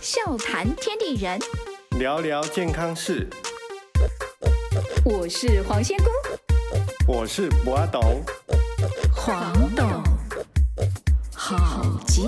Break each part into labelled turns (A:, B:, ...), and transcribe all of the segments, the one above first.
A: 笑谈天地人，
B: 聊聊健康事，
A: 我是黄仙姑
B: 我是博阿董。
A: 黄董，好贱。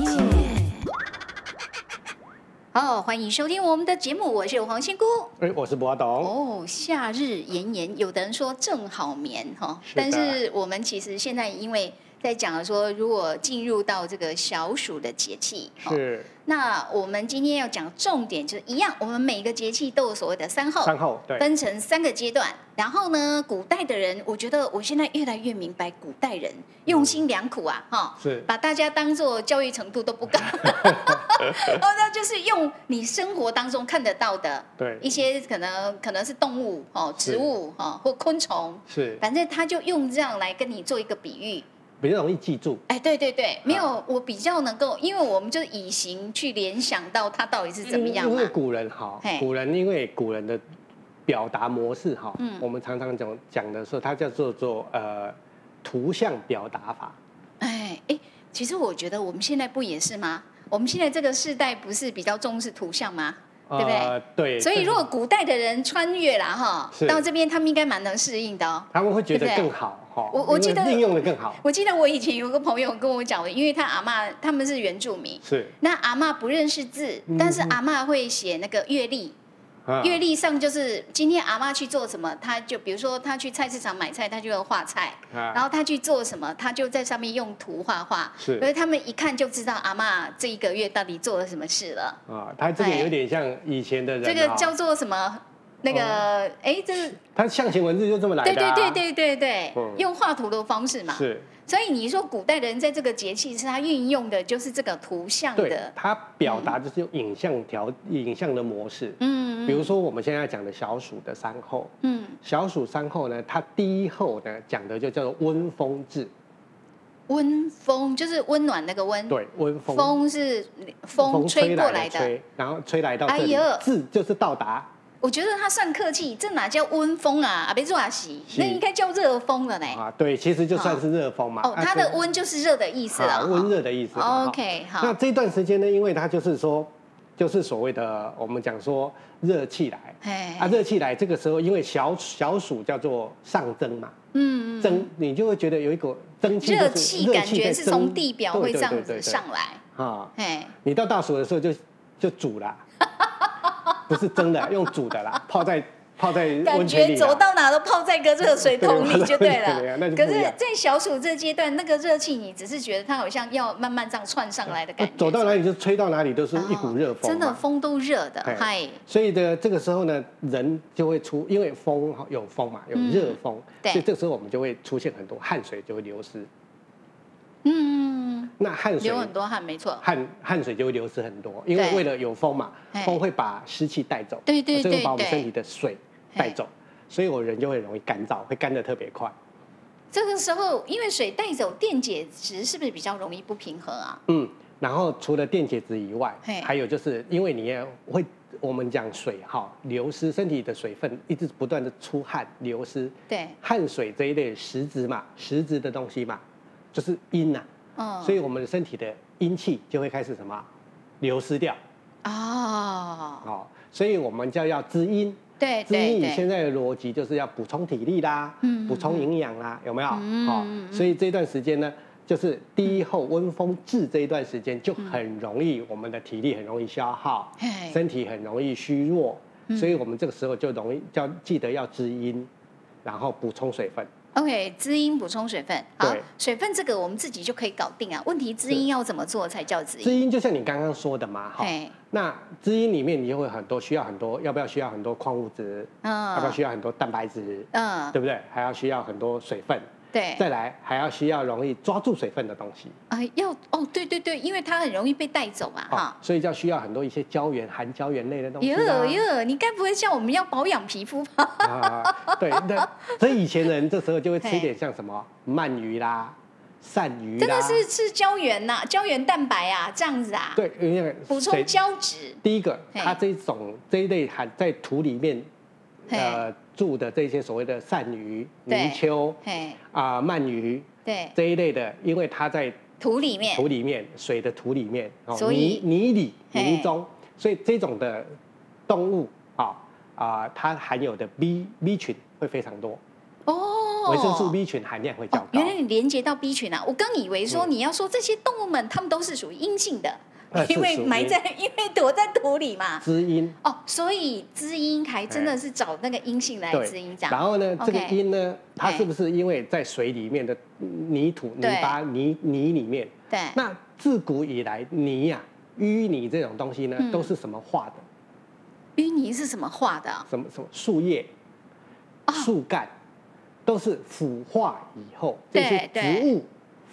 A: 哦，欢迎收听我们的节目，我是黄仙姑。
C: 哎，我是博董。
A: 哦，夏日炎炎，有的人说正好眠哈，哦
C: 是的
A: 但是我们其实现在因为在讲说，如果进入到这个小暑的节气，哦
C: 是
A: 那我们今天要讲重点就是一样，我们每个节气都有所谓的三候，
C: 三后对，
A: 哦分成三个阶段。然后呢，古代的人，我觉得我现在越来越明白古代人用心良苦啊，哈、
C: 是
A: 把大家当做教育程度都 不高，哦，那就是用你生活当中看得到的
C: 对
A: 一些可能可能是动物哦、植物哦或昆虫，
C: 是
A: 反正他就用这样来跟你做一个比喻。
C: 比较容易记住。
A: 哎，对对
C: 啊
A: 对，没有，我比较能够，因为我们就以形去联想到它到底是怎么样
C: 因
A: 嘛
C: 为。古人好
A: 嘿，
C: 古人因为古人的表达模式好，
A: 嗯
C: 我们常常讲讲的时候，它叫做做呃图像表达法。
A: 哎哎，其实我觉得我们现在不也是吗？我们现在这个世代不是比较重视图像吗？对不对？
C: 呃对，
A: 所以
C: 这
A: 如果古代的人穿越了哈，
C: 是
A: 到这边他们应该蛮能适应的哦。
C: 他们会觉得
A: 对不对
C: 更好哈，
A: 我我
C: 因为
A: 记得
C: 应用的更好
A: 我记得我以前有个朋友跟我讲，因为他阿妈他们是原住民，
C: 是
A: 那阿妈不认识字，
C: 嗯
A: 但是阿妈会写那个阅历，
C: 啊
A: 阅历上就是今天阿妈去做什么，她就比如说她去菜市场买菜，她就会画菜，然
C: 啊
A: 后她去做什么，她就在上面用图画画，
C: 是
A: 所以他们一看就知道阿妈这一个月到底做了什么事了。
C: 啊，他这个有点像以前的人
A: 哎
C: 啊哦
A: 这个
C: 哈
A: 叫做什么？那个，哎，这是
C: 他象形文字就这么来
A: 对
C: 的
A: 对
C: 啊，
A: 对对对对，
C: 嗯
A: 用画图的方式嘛。
C: 是
A: 所以你说古代人在这个节气是他运用的就是这个图像
C: 对
A: 的，，
C: 它表达就是用影像条影像的模式。
A: 嗯
C: 比如说我们现在讲的小暑的三候，
A: 嗯，
C: 小暑三候呢，它第一候呢讲的就叫做温风至，
A: 温风就是温暖那个温，
C: 对，温
A: 嗯
C: 风
A: 风是风吹过来的。
C: 吹，然后吹来到
A: 哎
C: 这里
A: 呦，
C: 至就是到达，
A: 我觉得他算客气，这哪叫温风啊？啊，别做啊西，
C: 是
A: 那应该叫热风了呢。
C: 啊，对，其实就算是热风嘛。
A: 哎哦，
C: 啊
A: 它的温就是热的意思
C: 对啊
A: 了。
C: 温热的意思嘛。
A: 哦。
C: 哈
A: OK，
C: 那
A: 好，
C: 这段时间呢，因为它就是说，就是所谓的我们讲说热气来。啊，
A: 哎，
C: 热气来，这个时候因为小小暑叫做上蒸嘛，
A: 嗯，嗯
C: 蒸你就会觉得有一股蒸汽，
A: 热
C: 就是
A: 气
C: 热
A: 感觉
C: 在
A: 是从
C: 蒸
A: 地表
C: 对
A: 会
C: 对
A: 这样
C: 对对
A: 子
C: 对
A: 上来，
C: 啊，
A: 哎，
C: 你到大暑的时候就就煮 啦，不是蒸的，用煮的啦，泡在泡在
A: 感
C: 温泉
A: 觉
C: 里
A: 走
C: 啦。
A: 到哪都泡在个热水桶里就对
C: 对
A: 了
C: 啊。那就不
A: 可
C: 一样
A: 是，在小暑这阶段，那个热气，你只是觉得它好像要慢慢这样窜上来的感觉。
C: 哦走到哪里就吹到哪里都是
A: 哦
C: 一股热风嘛，
A: 真的风都热的，
C: 哎
A: 嗨，
C: 所以呢，这个时候呢，人就会出，因为风有风嘛，有
A: 嗯
C: 热风，
A: 对
C: 所以这时候我们就会出现很多汗水就会流失。
A: 嗯，
C: 那汗水
A: 流很多汗，没错，
C: 汗汗水就会流失很多，因为
A: 对
C: 为了有风嘛
A: 哎，
C: 风会把湿气带走，
A: 对对
C: 所以
A: 对
C: 会把我们
A: 对
C: 身体的水带走，所以我人就会容易干燥，会干得特别快。
A: 这个时候，因为水带走电解质，是不是比较容易不平衡啊？
C: 嗯，然后除了电解质以外
A: 嘿，
C: 还有就是因为你也会，我们讲水哈流失，身体的水分一直不断的出汗流失，
A: 对，
C: 汗水这一类实质嘛，实质的东西嘛，就是阴呐、
A: 嗯，
C: 所以我们身体的阴气就会开始什么啊流失掉，
A: 哦，
C: 哦，所以我们就要滋阴。
A: 对
C: 滋
A: 哎对
C: 阴
A: 对，
C: 现在的逻辑就是要补充体力啦
A: 嗯，
C: 补充营养啦，有没有？
A: 嗯
C: 好，所以这段时间呢，就是第一后温风至这一段时间就很容易，我们的体力很容易消耗，
A: 嘿
C: 身体很容易虚弱，
A: 嗯
C: 所以我们这个时候就容易要记得要滋阴，然后补充水分。
A: OK，滋阴补充水分，好
C: 对，
A: 水分这个我们自己就可以搞定啊。问题滋阴要怎么做才叫滋
C: 滋
A: 阴？
C: 阴就像你刚刚说的嘛，哈，
A: 嘿，
C: 那滋阴里面你就会很多需要很多，要不要需要很多矿物质？要不要
A: 嗯
C: 需要很多蛋白质？
A: 嗯，
C: 对不对？还要需要很多水分，
A: 对，
C: 再来还要需要容易抓住水分的东西
A: 啊、要哦，对对对，因为它很容易被带走嘛，
C: 啊
A: 哈、。
C: 所以就要需要很多一些胶原、含胶原类的东西啊
A: 哟
C: 啦
A: 哟，你该不会叫我们要保养皮肤吧？
C: 啊。 对，那所以以前人这时候就会吃
A: 嘿
C: 一点像什么鳗鱼啦、鳝鱼
A: 真
C: 啦，
A: 的是吃胶原呐、胶原蛋白啊，这样子啊，
C: 对，因为
A: 补充
C: 水
A: 胶质。
C: 第一个，
A: 嘿
C: 它这种这一类含在土里面
A: 嘿
C: 呃住的这些所谓的鳝鱼、
A: 对
C: 泥鳅
A: 嘿，
C: 啊、鳗鱼
A: 对，
C: 这一类的，因为它在
A: 土里面
C: 土里面，水的土里面，哦
A: 所以
C: 泥泥里、
A: 嘿
C: 泥中，所以这种的动物啊啊、它含有的 B B 群会非常多，
A: 哦，
C: 维生素 B 群含量会较
A: 哦
C: 高。，嗯
A: 原来你连接到 B 群啊！我刚以为说你要说这些动物们，它们都是属于阴性的
C: 呃，是
A: 因为
C: 属于
A: 埋在， 因为躲在土里嘛。
C: 知音
A: 哦，所以知音还真的是找那个阴性来知音这
C: 哎然
A: 样。
C: 后呢，这个
A: OK
C: 因呢，它
A: 哎
C: 是不是因为在水里面的泥土、泥
A: 对
C: 巴、泥泥里面？
A: 对，
C: 那自古以来，泥呀、淤泥这种东西呢
A: 嗯，
C: 都是什么化的？
A: 淤泥是什么化的啊？
C: 什么什么树叶、
A: 哦
C: 树干，都是腐化以后，这
A: 对
C: 些
A: 对
C: 植物腐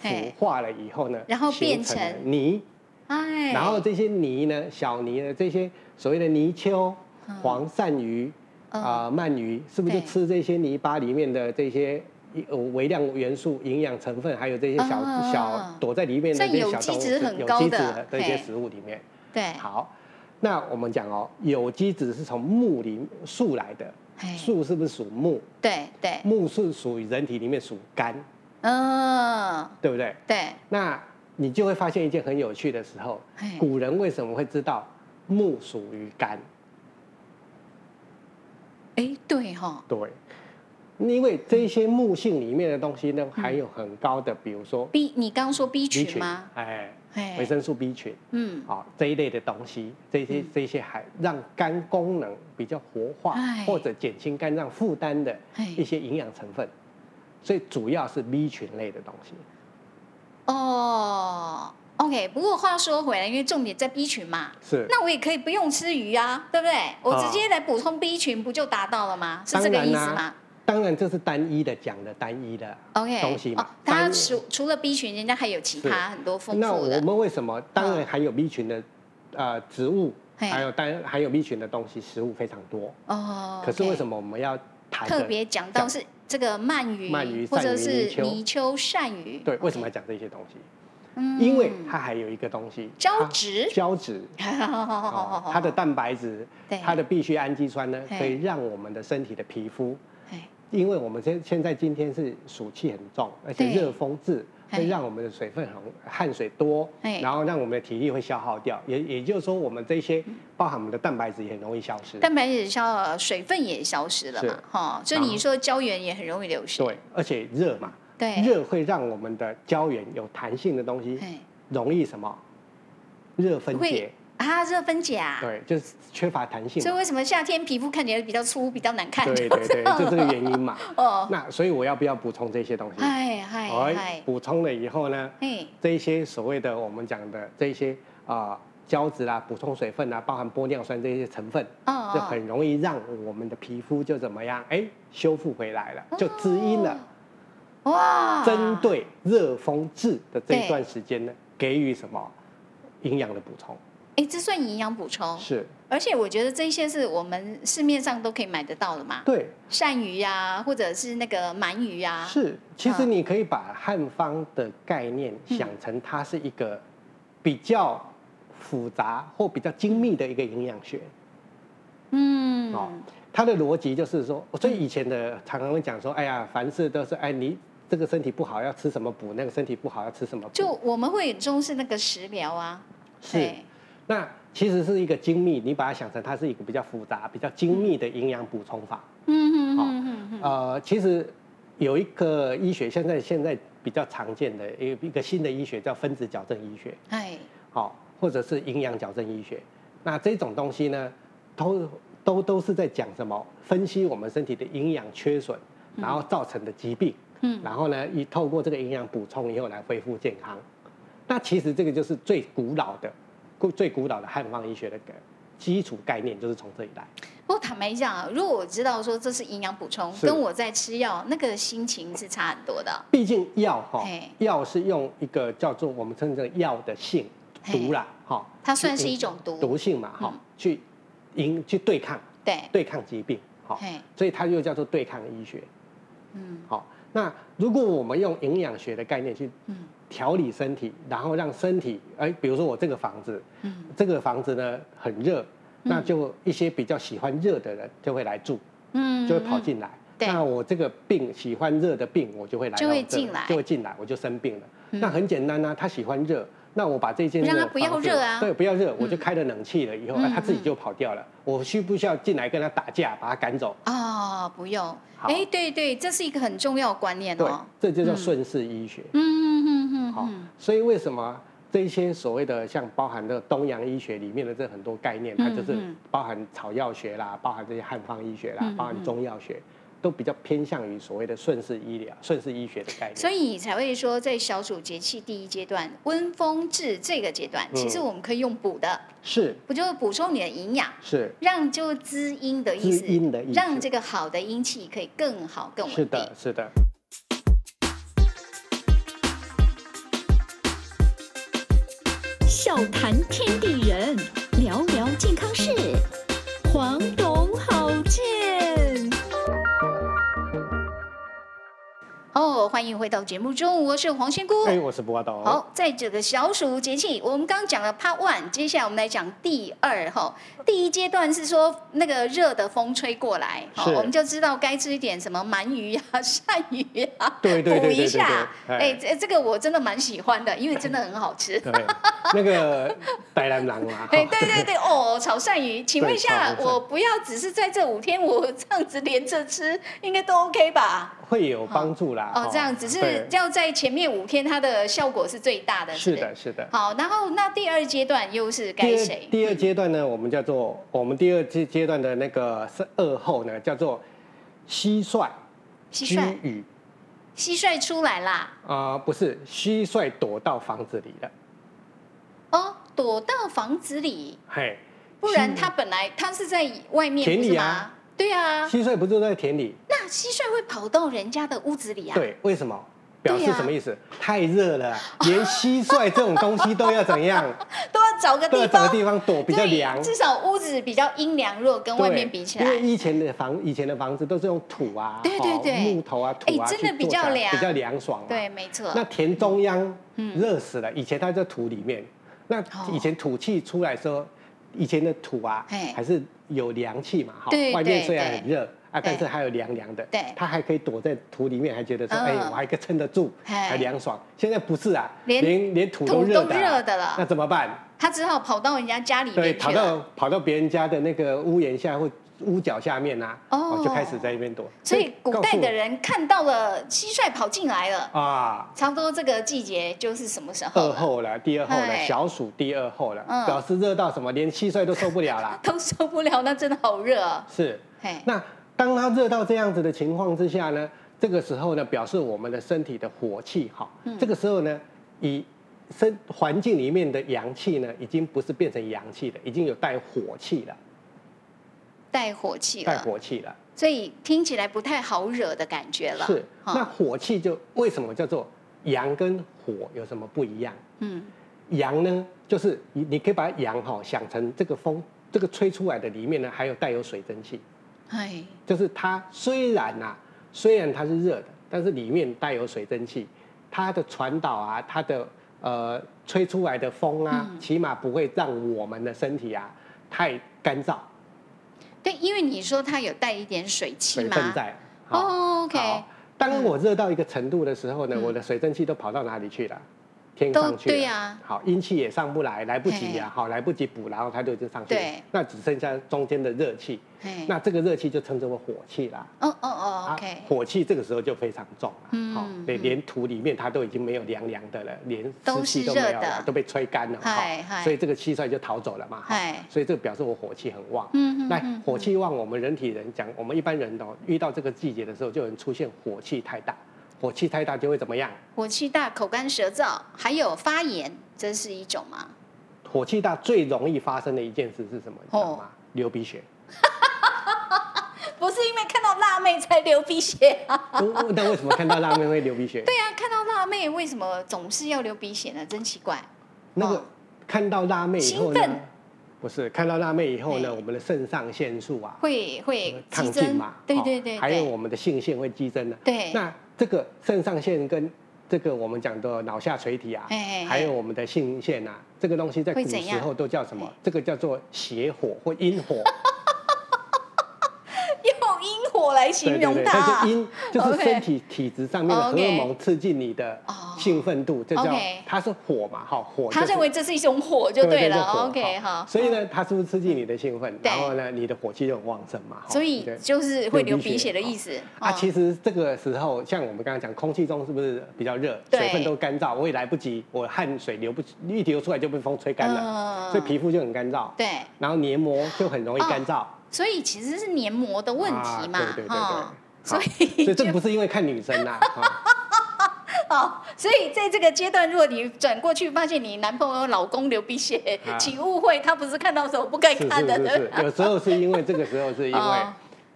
A: 嘿
C: 化了以后呢，
A: 然后变
C: 形成了
A: 成
C: 泥。
A: 哎，
C: 然后这些泥呢，小泥呢，这些所谓的泥鳅、黄鳝鱼、
A: 嗯
C: 啊、鳗鱼，是不是
A: 对
C: 就吃这些泥巴里面的这些呃微量元素、营养成分，还有这些小、
A: 啊
C: 小躲在里面的
A: 算
C: 这些
A: 有
C: 小
A: 机
C: 动物，
A: 质很高
C: 有机
A: 的
C: 质的这些
A: 嘿
C: 食物里面？
A: 对，
C: 好，那我们讲哦，有机质是从木里树来的，
A: 嘿
C: 树是不是属木？
A: 对对，
C: 木是属于人体里面属肝，
A: 嗯，
C: 对不对？
A: 对，
C: 那你就会发现一件很有趣的时候
A: 嘿，
C: 古人为什么会知道木属于肝？
A: 哎，对哈，
C: 对，因为这些木性里面的东西呢，含有很高的，比如说
A: B，你刚说 B 群吗？
C: 哎，
A: 哎
C: 维生素 B 群，
A: 嗯，
C: 啊、这一类的东西，这些这些还让肝功能比较活化
A: 哎，
C: 或者减轻肝脏负担的
A: 哎
C: 一些营养成分，所以主要是 B 群类的东西。
A: 哦，OK。不过话说回来，因为重点在 B 群嘛，
C: 是，
A: 那我也可以不用吃鱼啊，对不对？我直接来补充 B 群，不就达到了吗？是这个意思
C: 啊当然
A: 吗
C: 啦当然这是单一的讲的单一的
A: ？OK，
C: 东西嘛
A: 哦，它
C: 单
A: 除除了 B 群，人家还有其他很多丰
C: 那
A: 富
C: 我
A: 的。嗯
C: 们为什么？当然含有 B 群的呃植物，
A: 嘿
C: 还有单含有 B 群的东西，食物非常多。
A: 哦，
C: 可是
A: OK
C: 为什么我们要谈的
A: 特别讲到是这个鳗鱼，
C: 鳗鱼
A: 或者
C: 鳝鱼
A: 是
C: 泥鳅
A: 泥鳅、鳝鱼？
C: 对？为什么要讲这些东西？因为它还有一个东西
A: 嗯胶
C: 它
A: 质
C: 胶质
A: 好
C: 哦，它的蛋白质
A: 对，
C: 它的必需氨基酸呢，
A: 嘿
C: 可以让我们的身体的皮肤，
A: 哎
C: 因为我们现现在今天是暑气很重，而且
A: 对哎
C: 热风至，
A: 嘿
C: 会让我们的水分很汗水多
A: 嘿，
C: 然后让我们的体力会消耗掉，也也就是说，我们这些
A: 嗯
C: 包含我们的蛋白质也很容易消失。
A: 蛋白质消了，水分也消失了嘛
C: 是，
A: 哈，所以
C: 然
A: 你
C: 后
A: 说胶原也很容易流失。
C: 对，而且热嘛，
A: 对哎
C: 热会让我们的胶原有弹性的东西
A: 嘿
C: 容易什么热分解
A: 会，啊，热分解啊。
C: 对，就是缺乏弹性
A: 所以
C: 嘛。
A: 为什么夏天皮肤看起来比较粗、比较难看？
C: 对对对，就这个原因嘛。
A: 哦，
C: 那所以我要不要补充这些东西？
A: 嗨嗨
C: 哎
A: 嗨，
C: 补充了以后呢，
A: 嘿，
C: 这一些所谓的我们讲的这一些啊、呃胶质啦、补充水分啦，包含玻尿酸这些成分，
A: 哦
C: 就很容易让我们的皮肤就怎么样？哎，修复回来了，就滋阴了。
A: 哇，
C: 针对热风至的这一段时间呢，给予什么营养的补充？
A: 哎，这算营养补充，
C: 是
A: 而且我觉得这些是我们市面上都可以买得到的嘛，
C: 对，
A: 鳝鱼呀，或者是那个鳗鱼呀，
C: 是。其实
A: 嗯
C: 你可以把汉方的概念想成它是一个比较复杂或比较精密的一个营养学。
A: 嗯，
C: 哦，它的逻辑就是说，所以以前的常常会讲说，哎呀，凡事都是哎你这个身体不好要吃什么补，那个身体不好要吃什么补。
A: 就我们会很重视那个食疗啊，
C: 是
A: 嘿
C: 那其实是一个精密，你把它想成它是一个比较复杂、比较精密的营养补充法。
A: 嗯嗯
C: 好
A: 嗯嗯嗯，
C: 呃，其实有一个医学现在现在比较常见的一个一个新的医学叫分子矫正医学，
A: 哎，
C: 好、或者是营养矫正医学。那这种东西呢，都都都是在讲什么？分析我们身体的营养缺损，然后造成的疾病，
A: 嗯
C: 然后呢，以透过这个营养补充以后来恢复健康。那其实这个就是最古老的、古最古老的汉方医学的基础概念，就是从这里来。
A: 不过坦白讲啊，如果我知道说这是营养补充，
C: 是
A: 跟我在吃药那个心情是差很多的。
C: 毕竟药哈
A: 嘿，
C: 药是用一个叫做我们称之为药的性
A: 嘿
C: 毒啦，哈，
A: 它算是
C: 去
A: 一种毒
C: 毒性嘛，哈
A: 嗯，
C: 去赢去对抗
A: 对，
C: 对抗疾病，好
A: 嘿，
C: 所以它又叫做对抗医学，
A: 嗯
C: 好。那如果我们用营养学的概念去
A: 嗯
C: 调理身体，然后让身体，哎，比如说我这个房子，
A: 嗯，
C: 这个房子呢很热，那就一些比较喜欢热的人就会来住，
A: 嗯，
C: 就会跑进来。
A: 对
C: 那我这个病喜欢热的病，我就会来到
A: 就会
C: 这里
A: 进来
C: 就会进来，我就生病了。那很简单啊，他喜欢热，那我把这件
A: 让它
C: 热
A: 不要
C: 房子
A: 热啊嗯
C: 对，不要热，我就开了冷气了，以后、啊它自己就跑掉了。我需不需要进来跟它打架，把它赶走？
A: 哦，不用。
C: 好
A: 哎，对对，这是一个很重要的观念
C: 对
A: 哦。，
C: 这就叫顺势医学。
A: 嗯嗯嗯
C: 好、
A: 嗯
C: 所以为什么这些所谓的像包含这个东洋医学里面的这很多概念，它就是
A: 嗯嗯
C: 包含草药学啦，包含这些汉方医学啦
A: 嗯，
C: 包含中药学，都比较偏向于所谓的顺势医疗、顺势医学的概
A: 所
C: 念。
A: 以你才会说，在小暑节气第一阶段，温风治这个阶段，
C: 嗯
A: 其实我们可以用补的，
C: 是
A: 不就是补充你的营养，
C: 是
A: 让就滋阴的意
C: 滋
A: 思，
C: 阴的意思，
A: 让这个好的阴气可以更好、更稳
C: 是
A: 定。
C: 的，是的。
D: 笑谈天地人，聊聊健康事。黄董好健。
A: 哦，欢迎回到节目中，我是黄仙姑。
C: 哎，我是不阿斗。
A: 好，在这个小暑节气，我们刚讲了 Part One，接下来我们来讲第二哈。第一阶段是说那个热的风吹过来，哦
C: 是
A: 我们就知道该吃一点什么鳗鱼啊、鳝鱼啊，
C: 对对对对
A: 补一下。
C: 对对
A: 哎，这这个我真的蛮喜欢的，因为真的很好 吃。
C: 对，那个白兰狼嘛，
A: 哎，
C: 哈
A: 对对对，哦，炒鳝鱼，请问一下，
C: 炒鳝
A: 我不要只是在这五天我这样子连着吃，应该都 OK 吧？
C: 会有帮助啦。
A: 哦
C: 哈，
A: 这样只是
C: 对
A: 要在前面五天，它的效果是最大的。
C: 是
A: 不
C: 的，是的。
A: 好，然后那第二阶段又是
C: 第
A: 该
C: 二
A: 谁？
C: 第二阶段呢，我们叫做我们第二阶阶段的那个是二后呢，叫做蟋蟀
A: 蟋
C: 居
A: 蟀，
C: 羽
A: 蟋蟀出来啦！
C: 啊、不是蟋蟀躲到房子里了，
A: 哦，躲到房子里，
C: 嘿，
A: 不然它本来它是在外面，
C: 田里
A: 不是吗
C: 啊？
A: 对啊，
C: 蟋蟀不是在田里，
A: 那蟋蟀会跑到人家的屋子里啊？，
C: 对，为什么？表示
A: 对啊
C: 什么意思？太热了，连蟋蟀这种东西都要 怎样？
A: 都要找个
C: 都要
A: 地
C: 找
A: 方
C: 个地方躲，比较
A: 对
C: 凉。
A: 至少屋子比较阴凉，如果跟外
C: 对
A: 面比起
C: 因为
A: 来，
C: 以前的房以前的房子都是用土啊，
A: 对对
C: 哦
A: 对
C: 木头啊、土啊
A: 哎
C: 去
A: 真的比
C: 做
A: 较
C: 起来
A: 凉
C: 比较凉爽、啊。
A: 对，没错。
C: 那田中央
A: 嗯
C: 热死了，以前它在土里面，那以前土气出来的时候，以前的土啊
A: 哦嘿，
C: 还是有凉气嘛，哈
A: 对，
C: 外
A: 对
C: 面虽然很热啊，
A: 对
C: 但是还有凉凉的，
A: 对
C: 它还可以躲在土里面，还觉得说，
A: 嗯
C: 哎，我还可以撑得住，
A: 嘿
C: 还凉爽。现在不是啊，
A: 连
C: 连连土都
A: 土
C: 热
A: 都
C: 的
A: 热
C: 啊，
A: 的了
C: 那，怎么办？
A: 他只好跑到人家家里
C: 对，
A: 面
C: 跑
A: 去了。
C: 到跑到别人家的那个屋檐下或屋角下面啊，
A: 哦
C: 哦，就开始在那边躲。
A: 所以古
C: 告
A: 代
C: 诉我
A: 的人看到了蟋蟀跑进来了，
C: 啊，
A: 差不多这个季节就是什么时候
C: 二
A: 了？
C: 后了，第二后了
A: 嗨，
C: 小暑第二后了，
A: 嗯
C: 表示热到什么，连蟋蟀都受不 了
A: 。
C: 啦
A: 都受不了，那真的好热、啊。
C: 是，
A: 嘿，
C: 那当它热到这样子的情况之下呢，这个时候呢，表示我们的身体的火气哈，
A: 嗯
C: 这个时候呢，以身环境里面的阳气呢，已经不是变成阳气了，已经有带火气了，
A: 带火气
C: 带
A: 了，
C: 火气了。
A: 所以听起来不太好惹的感觉了。
C: 是，
A: 哈
C: 那火气就为什么叫做阳跟火有什么不一样？
A: 嗯，
C: 阳呢，就是你你可以把阳哈、想成这个风，这个吹出来的里面呢，还有带有水蒸气，
A: 哎，
C: 就是它虽然呐、虽然它是热的，但是里面带有水蒸气，它的传导啊，它的呃吹出来的风啊，起码不会让我们的身体啊太干燥，
A: 对，因为你说它有带一点水气
C: 水
A: 嘛。
C: 分在。好
A: 哦，OK，嗯
C: 好当我热到一个程度的时候呢，我的水蒸气都跑到哪里去了？天上
A: 都
C: 去了。
A: 对呀
C: 好，阴气也上不来，来不及呀、好，来不及补，然后它就已经上去了
A: 对。
C: 那只剩下中间的热气，
A: 嘿，
C: 那这个热气就称之为火气啦。啊
A: 哦哦哦，OK，
C: 火气这个时候就非常重
A: 嗯
C: 了，好、
A: 嗯
C: 连连土里面它都已经没有凉凉的了，连
A: 都
C: 湿气
A: 是
C: 都没有
A: 热的
C: 了，都被吹干了，
A: 嗨嗨
C: 哈，所以这个蟋蟀就逃走了嘛，哈
A: 嗨，
C: 所以这个表示我火气很旺。
A: 嗯嗯
C: 来
A: 嗯，
C: 火气旺，我们人体人讲，我们一般人哦，遇到这个季节的时候，就有人出现火气太大，火气太大就会怎么样？
A: 火气大、口干舌燥，还有发炎，这是一种吗？
C: 火气大最容易发生的一件事是什么？你知
A: 哦
C: 道吗？流鼻血。
A: 不是因为看到辣妹才流鼻血啊？
C: 嗯那为什么看到辣妹会流鼻血？
A: 对啊，看到辣妹为什么总是要流鼻血呢？真奇怪。
C: 那
A: 哦
C: 个看到辣妹以后
A: 兴
C: 呢
A: 奋？
C: 不是看到辣妹以后
A: 哎
C: 呢，我们的肾上腺素啊
A: 会会
C: 亢
A: 激
C: 进
A: 增
C: 嘛，
A: 对
C: 哦
A: 对对，
C: 还有
A: 对
C: 我们的性腺会激增啊的。
A: 对
C: 那这个肾上腺跟这个我们讲的脑下垂体啊
A: 嘿嘿嘿，
C: 还有我们的性腺啊，这个东西在
A: 会
C: 古
A: 怎
C: 时
A: 样
C: 候都叫什么
A: 嘿？
C: 这个叫做邪火或阴火。
A: 又阴火我来
C: 对
A: 形
C: 对
A: 容
C: 对，
A: 它
C: 它是因就是身
A: OK
C: 体体质上面的荷尔
A: OK
C: 蒙刺激你的
A: 哦
C: 兴奋度，这叫
A: OK
C: 它是火嘛，好火就是。
A: 他认为这是一种火就
C: 对
A: 对了
C: 这火
A: ，OK 哈。
C: 所以呢，它是不是刺激你的兴奋？
A: 对
C: 然后呢，你的火气就很旺盛嘛。哈
A: 所
C: 对
A: 以就是会流鼻血的意思
C: 啊，其
A: 实
C: 实这个时候，像我们刚刚讲，空气中是不是比较热，
A: 对
C: 水分都干燥，我也来不及，我汗水流不一流出来就被风吹干了，
A: 嗯
C: 所以皮肤就很干燥，
A: 对，
C: 然后黏膜就很容易干燥。
A: 所以其实是黏膜的哦问
C: 啊
A: 题嘛
C: 对对对，对
A: 哈。所
C: 好
A: 以
C: 所以这不是因为看女生 啦，啊
A: 哦，所以在这个阶段，如果你转过去发现你男朋友、老公流鼻血，
C: 啊
A: 请勿会，他不是看到什么不该
C: 是
A: 看的，
C: 是
A: 对不
C: 是是，有时候是因为这个时候是因为
A: 哦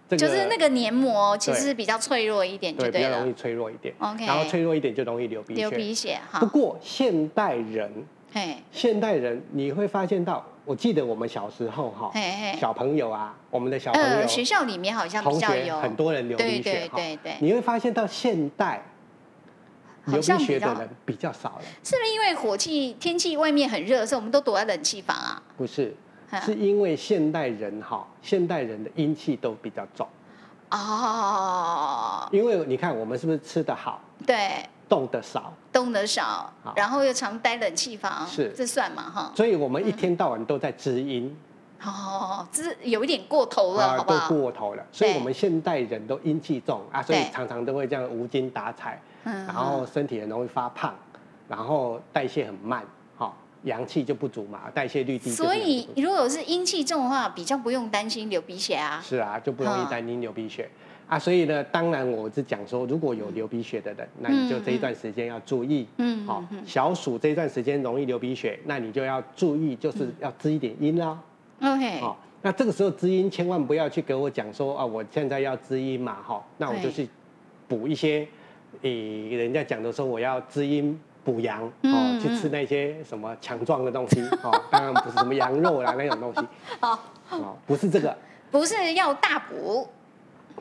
C: 这
A: 对？
C: 个
A: 就是那个黏膜其实
C: 对
A: 比较脆弱一点，就
C: 对比较
A: 了
C: 容易。脆弱一点
A: OK
C: 然后脆弱一点就容易流鼻
A: 流
C: 血。
A: 鼻血哈
C: 不，过现代人，
A: 嘿，
C: 现代人你会发现到，我记得我们小时候哈
A: 嘿嘿，
C: 小朋友啊，我们的小朋友、
A: 哎呃，学校里面好像比
C: 同
A: 较
C: 学
A: 有
C: 很多人流
A: 对
C: 鼻
A: 对
C: 血哈
A: 对对，
C: 你会发现到现代流
A: 好
C: 鼻
A: 像比
C: 血的
A: 较
C: 人比较少了，
A: 是不是因为火气天气外面很热的时候，我们都躲在冷气房啊？
C: 不是
A: 啊？
C: 是因为现代人哈，现代人的阴气都比较重，
A: 哦，
C: 因为你看我们是不是吃得好，
A: 对，
C: 动得少，
A: 动得少
C: 好，
A: 然后又常待冷气房，
C: 是
A: 这算嘛哈？
C: 所以我们一天到晚都在滋阴，
A: 哦，这有一点过头了，
C: 啊，
A: 好不
C: 都
A: 好？
C: 过头了，所以
A: 对
C: 我们现代人都阴气重啊，所以
A: 对
C: 常常都会这样无精打采，
A: 嗯
C: 然后身体很容易发胖，然后代谢很慢，好、阳气就不足嘛，代谢率低就是
A: 所
C: 阳气
A: 以
C: 不足，
A: 如果是阴气重的话，比较不用担心流鼻血啊。
C: 是啊，就不容易
A: 嗯
C: 担心流鼻血。啊，所以呢，当然我是讲说，如果有流鼻血的人，那你就这一段时间要注意，
A: 嗯
C: 好、小暑这一段时间容易流鼻血，那你就要注意，就是
A: 嗯
C: 要滋一点阴啦、
A: ，OK，
C: 哦，那这个时候知音千万不要去给我讲说啊，我现在要知音嘛，哈、那我就
A: 对
C: 去补一些，诶、人家讲的说我要知音补阳，哦，
A: 嗯
C: 去吃那些什么强壮的东西，哦，当然不是什么羊肉啦那种东西，
A: 好，嗯
C: 哦，不是这个，
A: 不是要大补，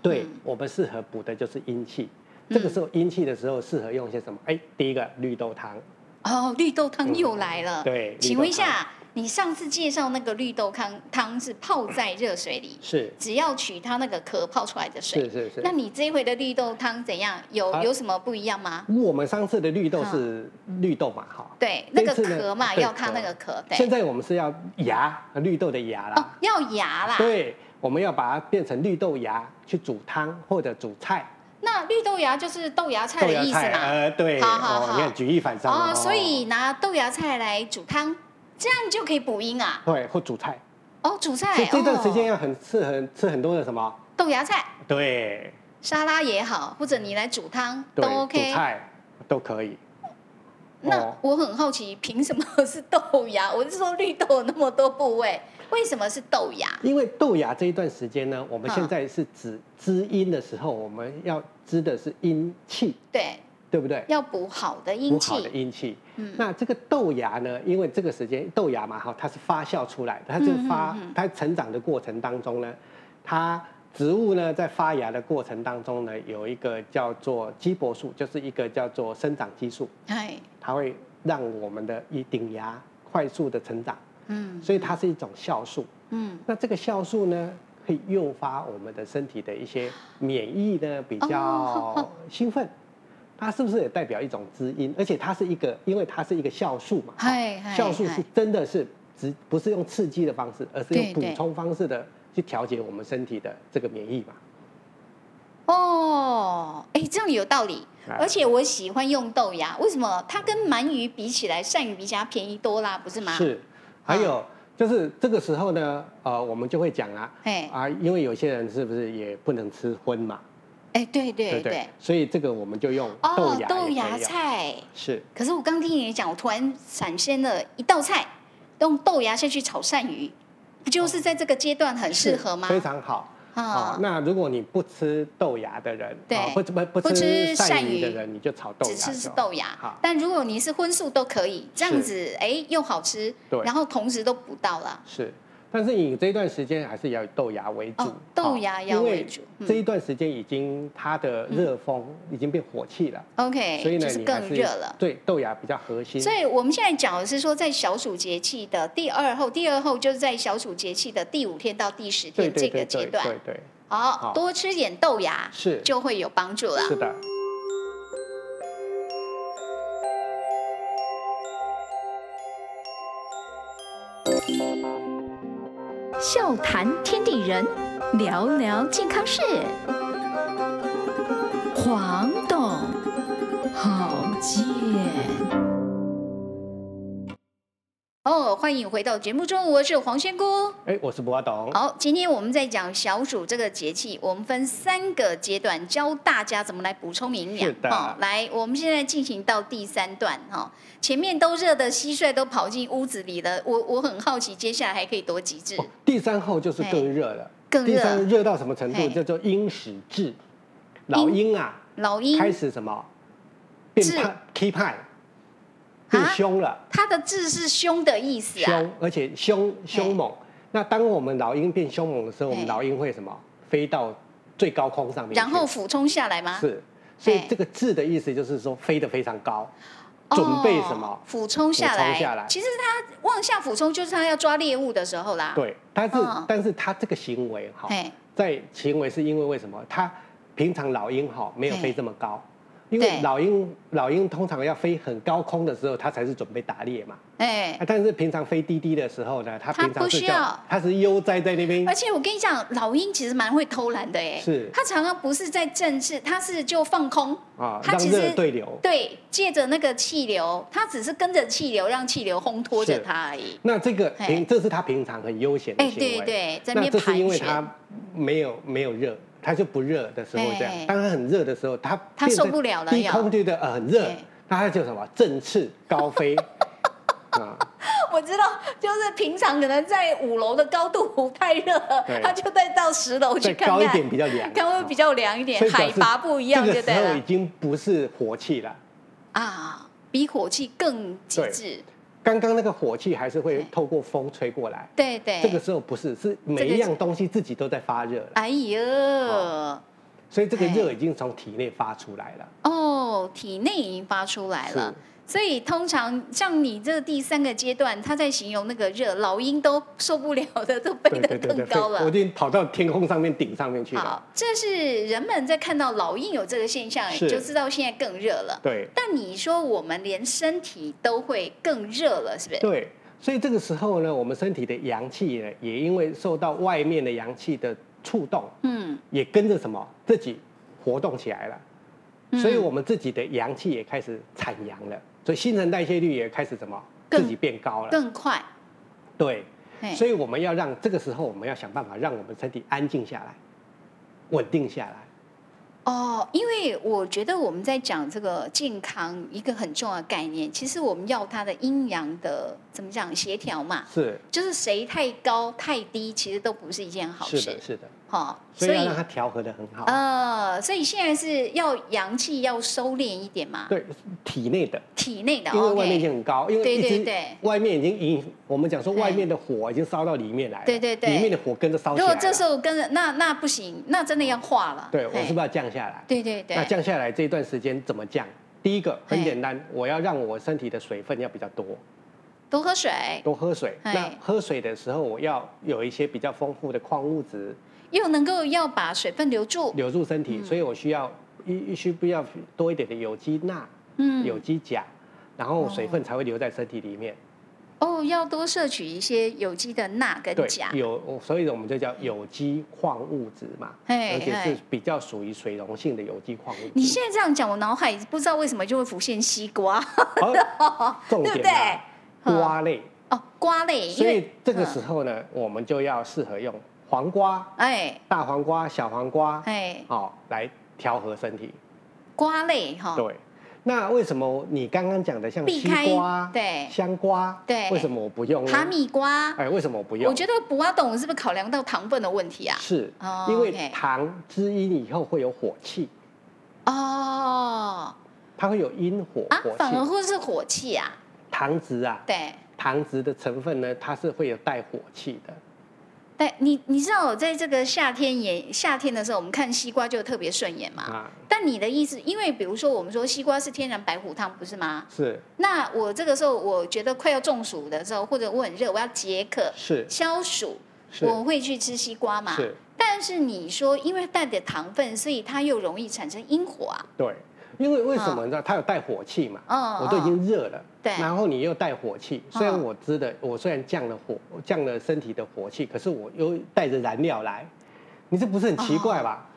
C: 对、我们适合补的就是阴气。这
A: 嗯
C: 个时候阴气的时候，适合用一些什么？哎，第一个绿豆汤，
A: 哦，绿豆汤又来了。
C: 嗯对
A: 请问一
C: 绿豆
A: 下，你上次介绍那个绿豆汤汤是泡在热水里，
C: 是
A: 只要取它那个壳泡出来的水。
C: 是是是
A: 那你这一回的绿豆汤怎样？有、
C: 啊
A: 有什么不一样吗？
C: 我们上次的绿豆是绿豆嘛，哈、
A: 对，那个
C: 这次呢
A: 壳嘛，
C: 对
A: 要它那个壳，
C: 现
A: 对。
C: 在我们是要芽，绿豆的芽啦。
A: 哦，要芽啦。
C: 对，我们要把它变成绿豆芽去煮汤或者煮菜，
A: 那绿豆芽就是豆芽菜
C: 豆
A: 的
C: 芽
A: 意思
C: 菜，
A: 嘛。
C: 呃，对，
A: 好好
C: 哦，
A: 好
C: 你看举一反三
A: 哦，所以拿豆芽菜来煮汤，这样就可以补阴啊。
C: 对，或煮菜，
A: 哦，煮菜。
C: 所以这段时间
A: 哦、
C: 要很适合吃很多的什么？
A: 豆芽菜
C: 对，
A: 沙拉也好，或者你来煮汤都
C: 对，
A: OK。
C: 煮菜哦都可以。哦
A: 那我很好奇，凭什么是豆芽？我是说绿豆有那么多部位，为什么是豆芽？
C: 因为豆芽这一段时间呢，我们
A: 嗯
C: 现在是指滋阴的时候，我们要滋的是阴气，
A: 对，
C: 对不对？
A: 要补好的阴
C: 不好的
A: 气。嗯
C: 阴气。那这个豆芽呢？因为这个时间豆芽嘛，哈，它是发酵出来的，它这
A: 嗯
C: 个发，它成长的过程当中呢，它植物呢在发芽的过程当中呢，有一个叫做基柏素，就是一个叫做生长激素，
A: 哎，
C: 它会让我们的一顶芽快速的成长，
A: 嗯
C: 所以它是一种酵素。
A: 嗯，
C: 那这个酵素呢，可以诱发我们的身体的一些免疫呢比
A: 哦
C: 较兴奋。它是不是也代表一种滋阴？而且它是一个，因为它是一个酵素嘛，
A: 嗨嗨
C: 酵素
A: 嗨
C: 是真的是只不是用刺激的方式，而是用
A: 对
C: 补
A: 对
C: 充方式的去调节我们身体的这个免疫嘛。
A: 哦，哎，这样有道理。
C: 哎
A: 而且我喜欢用豆芽，为什么？它跟鳗鱼比起来，鳝鱼比它便宜多啦，不是吗？，嗯
C: 是，还有就是这个时候呢，呃，我们就会讲啊，
A: 哎
C: 啊，因为有些人是不是也不能吃荤嘛，
A: 哎，对对
C: 不对？所以这个我们就用豆
A: 哦，
C: 芽，
A: 豆芽，菜。
C: 是
A: 可是我刚听你讲，我突然闪现了一道菜，用豆芽下去炒鳝鱼，不就是在这个阶段很适合吗？
C: 哦非常好。啊、
A: 啊，
C: 那如果你不吃豆芽的人，
A: 对
C: 啊不不
A: 不
C: 不
A: 吃
C: 吃
A: 鳝
C: 鳝鱼的
A: 鱼
C: 人，你就炒豆
A: 只
C: 芽就好，
A: 吃是豆芽
C: 好，，
A: 但如果你是荤素都可以，这样子哎又好吃，
C: 对
A: 然后同时都补到了，
C: 是。但是你这段时间还是要以豆芽为主，
A: 哦豆芽
C: 好
A: 要
C: 因
A: 为主嗯
C: 这一段时间已经它的热风已经变火气了，
A: ，OK，
C: 所以呢，
A: 就是
C: 你还
A: 更
C: 是
A: 热了。
C: 对豆芽比较核心，
A: 所以我们现在讲的是说，在小暑节气的第二后，第二后就是在小暑节气的第五天到第十
C: 对
A: 天这
C: 对
A: 个
C: 对
A: 阶
C: 对
A: 段
C: 对对，
A: 哦
C: 好，
A: 多吃点豆芽
C: 是
A: 就会有帮助了。
C: 是的，
D: 笑谈天地人，聊聊健康事。黄董好见。
A: 哦，欢迎回到节目中，我是黄仙姑。
C: 哎，我是博董。
A: 好，今天我们在讲小暑这个节气，我们分三个阶段教大家怎么来补充营养
C: 是。的
A: 来，我们现在进行到第三段哈、哦，前面都热的蟋蟀都跑进屋子里了，我我很好奇，接下来还可以多极致
C: 哦第三后就是更热了，
A: 更热
C: 第三热到什么程
A: 嘿
C: 度？叫做阴始至，老鹰啊
A: 老鹰
C: 开始什么变
A: 至
C: 派 k 派，
A: 啊
C: 变凶了，
A: 它的字是凶的意思啊，
C: 凶，而且凶凶猛。那当我们老鹰变凶猛的时候，我
A: 嘿
C: 们老鹰会什么？飞到最高空上面去，
A: 然后俯冲下来吗？
C: 是，所以
A: 嘿
C: 这个“至”的意思就是说飞得非常高，
A: 哦
C: 准备什么？
A: 俯冲下
C: 俯
A: 来。
C: 冲下来
A: 其实它往下俯冲就是它要抓猎物的时候啦。，
C: 对，但是、
A: 嗯
C: 但是它这个行为哈，
A: 嘿，
C: 在行为是因为为什么？它平常老鹰哈没有
A: 嘿
C: 飞这么高，因为
A: 对
C: 老鹰老鹰通常要飞很高空的时候，它才是准备打猎嘛。
A: 哎
C: 啊，但是平常飞低低的时候呢，它
A: 它
C: 平常
A: 不
C: 是
A: 需
C: 叫
A: 要
C: 它是悠哉在那边
A: 而，且我跟你讲，老鹰其实蛮会偷懒的哎，
C: 是
A: 它常常不是在正式，它是就放空
C: 啊
A: 它
C: 让
A: 其
C: 热
A: 实
C: 对流
A: 对，借着那个气流，它只是跟着气流，让气流烘托着
C: 是
A: 它而已。
C: 那这个
A: 嘿
C: 平这是它平常很悠闲的
A: 哎
C: 行为，
A: 对对在那
C: 那
A: 边
C: 这是因为
A: 盘旋
C: 它没有没有热。它就不热的时候这样
A: 嘿，
C: 当它很热的时候，它
A: 哎它
C: 变
A: 受
C: 成
A: 不了了
C: 低
A: 要哎
C: 空就觉得呃很热
A: 嘿，
C: 那它就什么振翅高 飞啊，
A: 我知道，就是平常可能在五楼的高度不太热
C: 对，
A: 它就再到十楼去
C: 再
A: 看看，
C: 高一点比较凉，
A: 看会不会比较凉一
C: 所
A: 点，
C: 以表
A: 海
C: 示
A: 拔不一样
C: 这
A: 就
C: 个
A: 对
C: 时候已
A: 了
C: 经不是火气了。
A: 啊，比火气更极
C: 对
A: 致。
C: 刚刚那个火气还是会
A: 对
C: 透过风吹过来，
A: 对对，
C: 这个时候不是，是每一样东西自己都在发热了，
A: 哎呦
C: 哦。所以这个
A: 哎
C: 热已经从体内发出来了。
A: 哦，体内已经发出来了。所以通常像你这第三个阶段，他在形容那个热，老鹰都受不了的，都飞
C: 对
A: 得
C: 对对
A: 更
C: 对，
A: 高了。
C: 我已经跑到天空上面顶上面去了。
A: 好，这是人们在看到老鹰有这个现象，
C: 是
A: 就知道现在更热了。
C: 对
A: 但你说我们连身体都会更热了，是不是？
C: 对，所以这个时候呢，我们身体的阳气呢，也因为受到外面的阳气的触动，
A: 嗯，
C: 也跟着什么自己活动起来了，
A: 嗯
C: 所以我们自己的阳气也开始产阳了，所以新陈代谢率也开始什么
A: 更
C: 自己变高了。
A: 更快。
C: 对，
A: 嘿
C: 所以我们要让这个时候我们要想办法让我们身体安静下来，稳定下来。
A: 哦，因为我觉得我们在讲这个健康一个很重要的概念，其实我们要它的阴阳的怎么讲协调嘛。
C: 是，
A: 就是谁太高太低，其实都不是一件好
C: 是的，
A: 事。
C: 是的，
A: 哈、
C: 所以要让它调和的很好。
A: 呃，所以现在是要阳气要收敛一点嘛，
C: 对，体内的，
A: 体内的
C: 因为外面已经
A: 哦 OK，
C: 很高，因为
A: 对
C: 一
A: 对
C: 直
A: 对
C: 外面已经引，我们讲说
A: 对
C: 外面的火已经烧到里面来了，
A: 对对对
C: 里面的火跟着烧起
A: 如果
C: 来了。
A: 这时候跟着那那不行，那真的要化了。
C: 对我
A: 嘿
C: 是不是要降下来？
A: 对对
C: 那
A: 对，
C: 降下来这一段时间怎么降？第一个很
A: 嘿
C: 简单，我要让我身体的水分要比较多，
A: 多喝水，
C: 多喝水。
A: 嘿
C: 那喝水的时候，我要有一些比较丰富的矿物质
A: 又能够要把水分留住。
C: 流入身体，
A: 嗯
C: 所以我需要一需不要多一点的有机钠、
A: 嗯，
C: 有机钾，然后
A: 哦
C: 水分才会留在身体里面。
A: 哦，要多摄取一些有机的钠跟
C: 对
A: 嗯钾，。
C: 有，所以我们就叫有机矿物质嘛，
A: 嘿
C: 而且
A: 嘿
C: 是比较属于水溶性的有机矿物质。
A: 你现在这样讲，我脑海不知道为什么就会浮现西瓜，
C: 而重
A: 对不
C: 点
A: 对
C: 啊？瓜类，
A: 哦，瓜类，因
C: 所以
A: 为
C: 这个
A: 嗯
C: 时候呢，我们就要适合用黄瓜、
A: 哎
C: 大黄瓜、小黄瓜，
A: 哎，
C: 哦，来调和身体。
A: 瓜类哈，
C: 对，那为什么你刚刚讲的像
A: 避
C: 西
A: 开
C: 瓜、
A: 对
C: 香瓜，
A: 哎对
C: 为什么我不用呢？
A: 哈密瓜。
C: 哎，为什么我不用？
A: 我觉得不阿董是不是考量到糖分的问题啊？
C: 是
A: 哦
C: 因为
A: OK
C: 糖滋阴以后会有火气，
A: 哦，
C: 它会有阴火
A: 啊，
C: 火
A: 反而
C: 气。
A: 会是火气啊，
C: 糖质啊，
A: 对。
C: 糖质的成分呢，它是会有带火气的。
A: 但你你知道，我在这个夏天也夏天的时候，我们看西瓜就特别顺眼嘛。
C: 啊
A: 但你的意思，因为比如说我们说西瓜是天然白虎汤，不是吗？
C: 是
A: 那我这个时候我觉得快要中暑的时候，或者我很热，我要解渴
C: 是
A: 消暑，
C: 是
A: 我会去吃西瓜嘛。
C: 是，
A: 但但是你说，因为带的糖分，所以它又容易产生阴火啊。
C: 对，因为为什么你知道它有带火气嘛？
A: 嗯，
C: 我都已
A: 嗯
C: 经热了，
A: 对嗯
C: 然后你又带火气，虽然我知的，我虽然降了火，降了身体的火气，可是我又带着燃料来，你这不是很奇怪吧？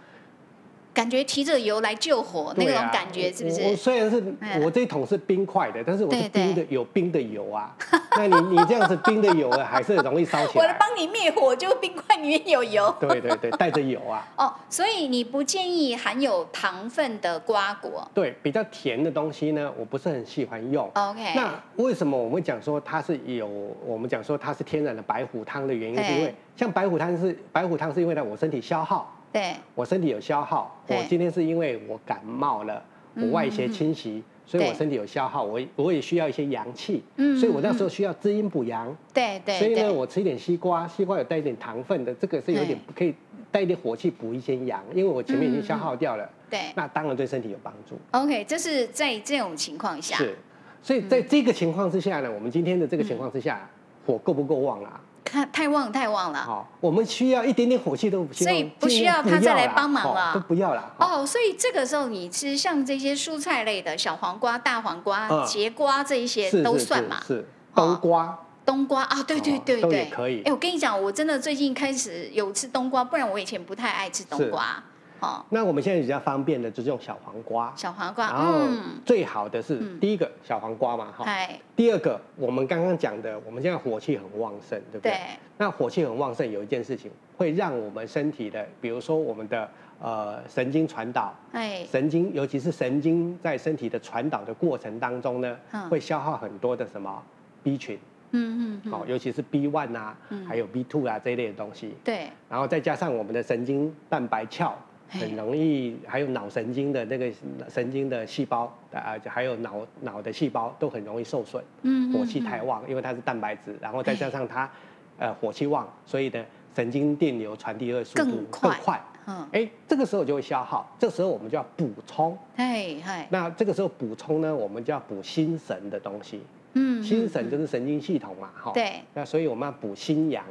A: 感觉提着油来救火那
C: 对
A: 种
C: 啊
A: 感觉，是不
C: 我我
A: 是？
C: 虽然是
A: 嗯
C: 我这一桶是冰块的，但是我是
A: 对对
C: 冰的有冰的油啊， 那你你这样子冰的油还是很容易烧起
A: 我来
C: 来。
A: 帮你灭火，就冰块里面有油。
C: 对对对，带着油啊，
A: 哦，所以你不建议含有糖分的瓜果。
C: 对比较甜的东西呢，我不是很喜欢用。
A: OK，
C: 那为什么我们讲说它是有我们讲说它是天然的白虎汤的原因，
A: 对
C: 是因为像白虎汤是白虎汤是因为呢我身体消耗，
A: 对
C: 我身体有消耗，我
A: 对
C: 今天是因为我感冒了，我
A: 嗯
C: 外邪侵袭，所以我
A: 对
C: 身体有消耗，我我也需要一些阳气，
A: 嗯
C: 所以我那时候需要滋阴补阳，
A: 对对
C: 所以呢
A: 对，
C: 我吃一点西瓜，西瓜有带一点糖分的，这个是有点
A: 对
C: 可以带一点火气补一些阳，因为我前面已经消耗掉了，
A: 对
C: 那当然对身体有帮助。
A: OK，这是在这种情况下，
C: 是，所以在这个情况之下呢，我们今天的这个情况之
A: 嗯
C: 下，火够不够旺啦？
A: 看太旺太旺了。
C: 好，我们需要一点点火气都不希望，
A: 啊所以不需
C: 尽量
A: 要
C: 不
A: 他再来
C: 啦
A: 帮忙
C: 好
A: 了
C: 都不要啦。好
A: 哦，所以这个时候你吃像这些蔬菜类的小黄瓜、大黄瓜、
C: 嗯
A: 节瓜这一些
C: 是
A: 都
C: 是
A: 算
C: 是
A: 嘛？
C: 是
A: 哦
C: 冬瓜，
A: 冬瓜啊，对对
C: 哦
A: 对
C: 都
A: 对，
C: 也可以
A: 哎，我跟你讲，我真的最近开始有吃冬瓜，不然我以前不太爱吃冬
C: 是
A: 瓜。哦，
C: 那我们现在比较方便的就是用小黄瓜，
A: 小黄瓜，
C: 然后
A: 嗯，
C: 最好的是
A: 嗯
C: 第一个小黄瓜嘛哈，
A: 哎，
C: 第二个我们刚刚讲的，我们现在火气很旺盛，对不对？
A: 对，
C: 那火气很旺盛，有一件事情会让我们身体的，比如说我们的呃神经传导，
A: 哎，
C: 神经，尤其是神经在身体的传导的过程当中呢，
A: 嗯
C: 会消耗很多的什么 B 群，
A: 嗯嗯
C: 好、
A: 嗯，
C: 尤其是 B one 啊，
A: 嗯
C: 还有 B two 啊这一类的东西，
A: 对，哎嗯
C: 然后再加上我们的神经蛋白鞘，
A: 嘿
C: 很容易，还有脑神经的那个神经的细胞啊、还有脑脑的细胞都很容易受损，
A: 嗯，哎
C: 火气太
A: 旺，
C: 旺，因为它是蛋白质，然后再
A: 嘿
C: 加上它，呃，火气旺，所以呢，神经电流传递的速度
A: 更快
C: 快
A: 嗯，
C: 哎，这个时候就会消耗，这时候我们就要补充。
A: 哎哎，
C: 那这个时候补充呢，我们就要补心神的东西。
A: 嗯，
C: 心
A: 嗯
C: 神就是神经系统嘛，哈。
A: 对。
C: 那所以我们要补心阳，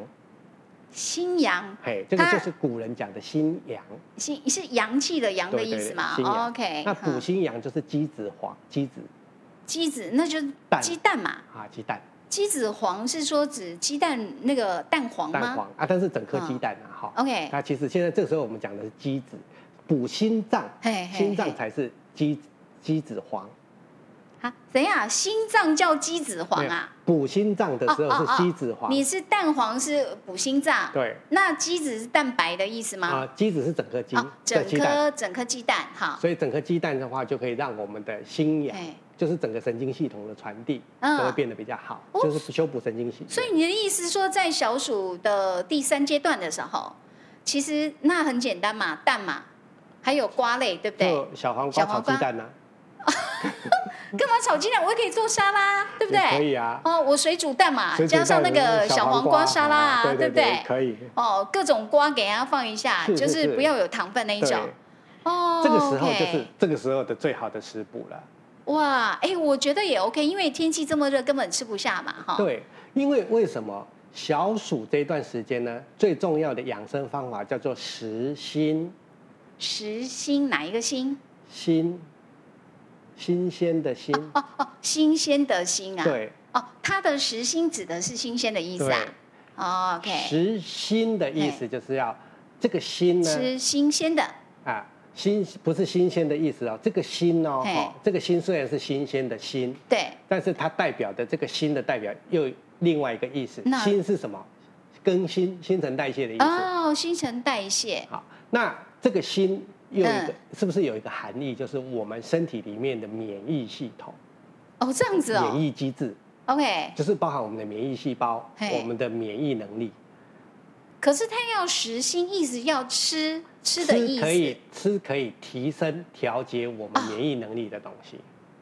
A: 心阳，
C: 嘿，这个
A: 它
C: 就是古人讲的心阳，
A: 心是阳气的阳的
C: 对
A: 意
C: 对
A: 思
C: 对
A: 嘛哦
C: 心阳
A: o k
C: 那补心阳就是鸡子黄，鸡子
A: 鸡子，那就是
C: 蛋
A: 鸡蛋嘛。
C: 啊，鸡蛋，
A: 鸡子黄是说指鸡蛋那个蛋黄吗哎
C: 蛋黄啊，但是整颗鸡蛋啊，哈。
A: ？OK，
C: 那其实现在这个时候我们讲的是鸡子，补心脏，
A: 嘿嘿
C: 心脏
A: 嘿
C: 才是鸡鸡子黄。
A: 啊，等一下，心脏叫鸡子黄啊？哦
C: 补心脏的时候是鸡子黄，
A: 你是蛋黄是补心脏，
C: 对
A: 那鸡子是蛋白的意思吗？
C: 啊，鸡子是整颗鸡
A: 哦，
C: 这
A: 整
C: 鸡蛋，
A: 颗整颗鸡蛋，好，
C: 所以整颗鸡蛋的话就可以让我们的心阳
A: 哎，
C: 就是整个神经系统的传递
A: 嗯
C: 都会变得比较好，
A: 哦
C: 就是修补神经系。
A: 所以你的意思说，在小暑的第三阶段的时候，其实那很简单嘛，蛋嘛，还有瓜类，对不对？
C: 就小黄瓜
A: 小黄
C: 炒
A: 瓜
C: 鸡蛋啊呢，
A: 干嘛炒鸡蛋？我也可以做沙拉，对不
C: 也
A: 对？
C: 可以啊，
A: 哦，我水煮蛋嘛，
C: 水煮
A: 加上那
C: 蛋
A: 个
C: 小
A: 小黄
C: 瓜
A: 瓜沙拉啊，
C: 啊对
A: 不
C: 对？可以。
A: 哦，各种瓜给它放一下，
C: 是
A: 就是是
C: 是
A: 不要有糖分那一
C: 对
A: 种。哦，
C: 这个时候
A: OK
C: 就是这个时候的最好的食补了。
A: 哇，哎、我觉得也 OK，因为天气这么热，根本吃不下嘛，哈。，
C: 对，因为为什么小暑这段时间呢？最重要的养生方法叫做食心，
A: 时新哪一个新？
C: 心新鲜的心，
A: 哦哦，新鲜的新啊。。
C: 嗯对
A: 哦，它的时新指的是新鲜的意思啊
C: 对。
A: 哦，OK，
C: 食心的意思就是要这个心呢
A: 吃新鲜的。
C: 啊。新不是新鲜的意思哦，这个心哦，
A: 嘿
C: 哦这个心虽然是新鲜的心，
A: 对，
C: 但是它代表的这个新的代表又有另外一个意思
A: 那，
C: 新是什么？更新、新陈代谢的意思。
A: 哦，新陈代谢。
C: 好，那这个心又有一个、
A: 嗯
C: 是不是有一个含义，就是我们身体里面的免疫系统、
A: 哦，这样子
C: 免
A: 哦。
C: 疫机制，
A: OK，
C: 就是包含我们的免疫细胞、
A: 嘿
C: 我们的免疫能力。
A: 可是它要时新，意思要吃吃的意思。
C: 可以吃可以提升调节我们
A: 啊
C: 免疫能力的东西，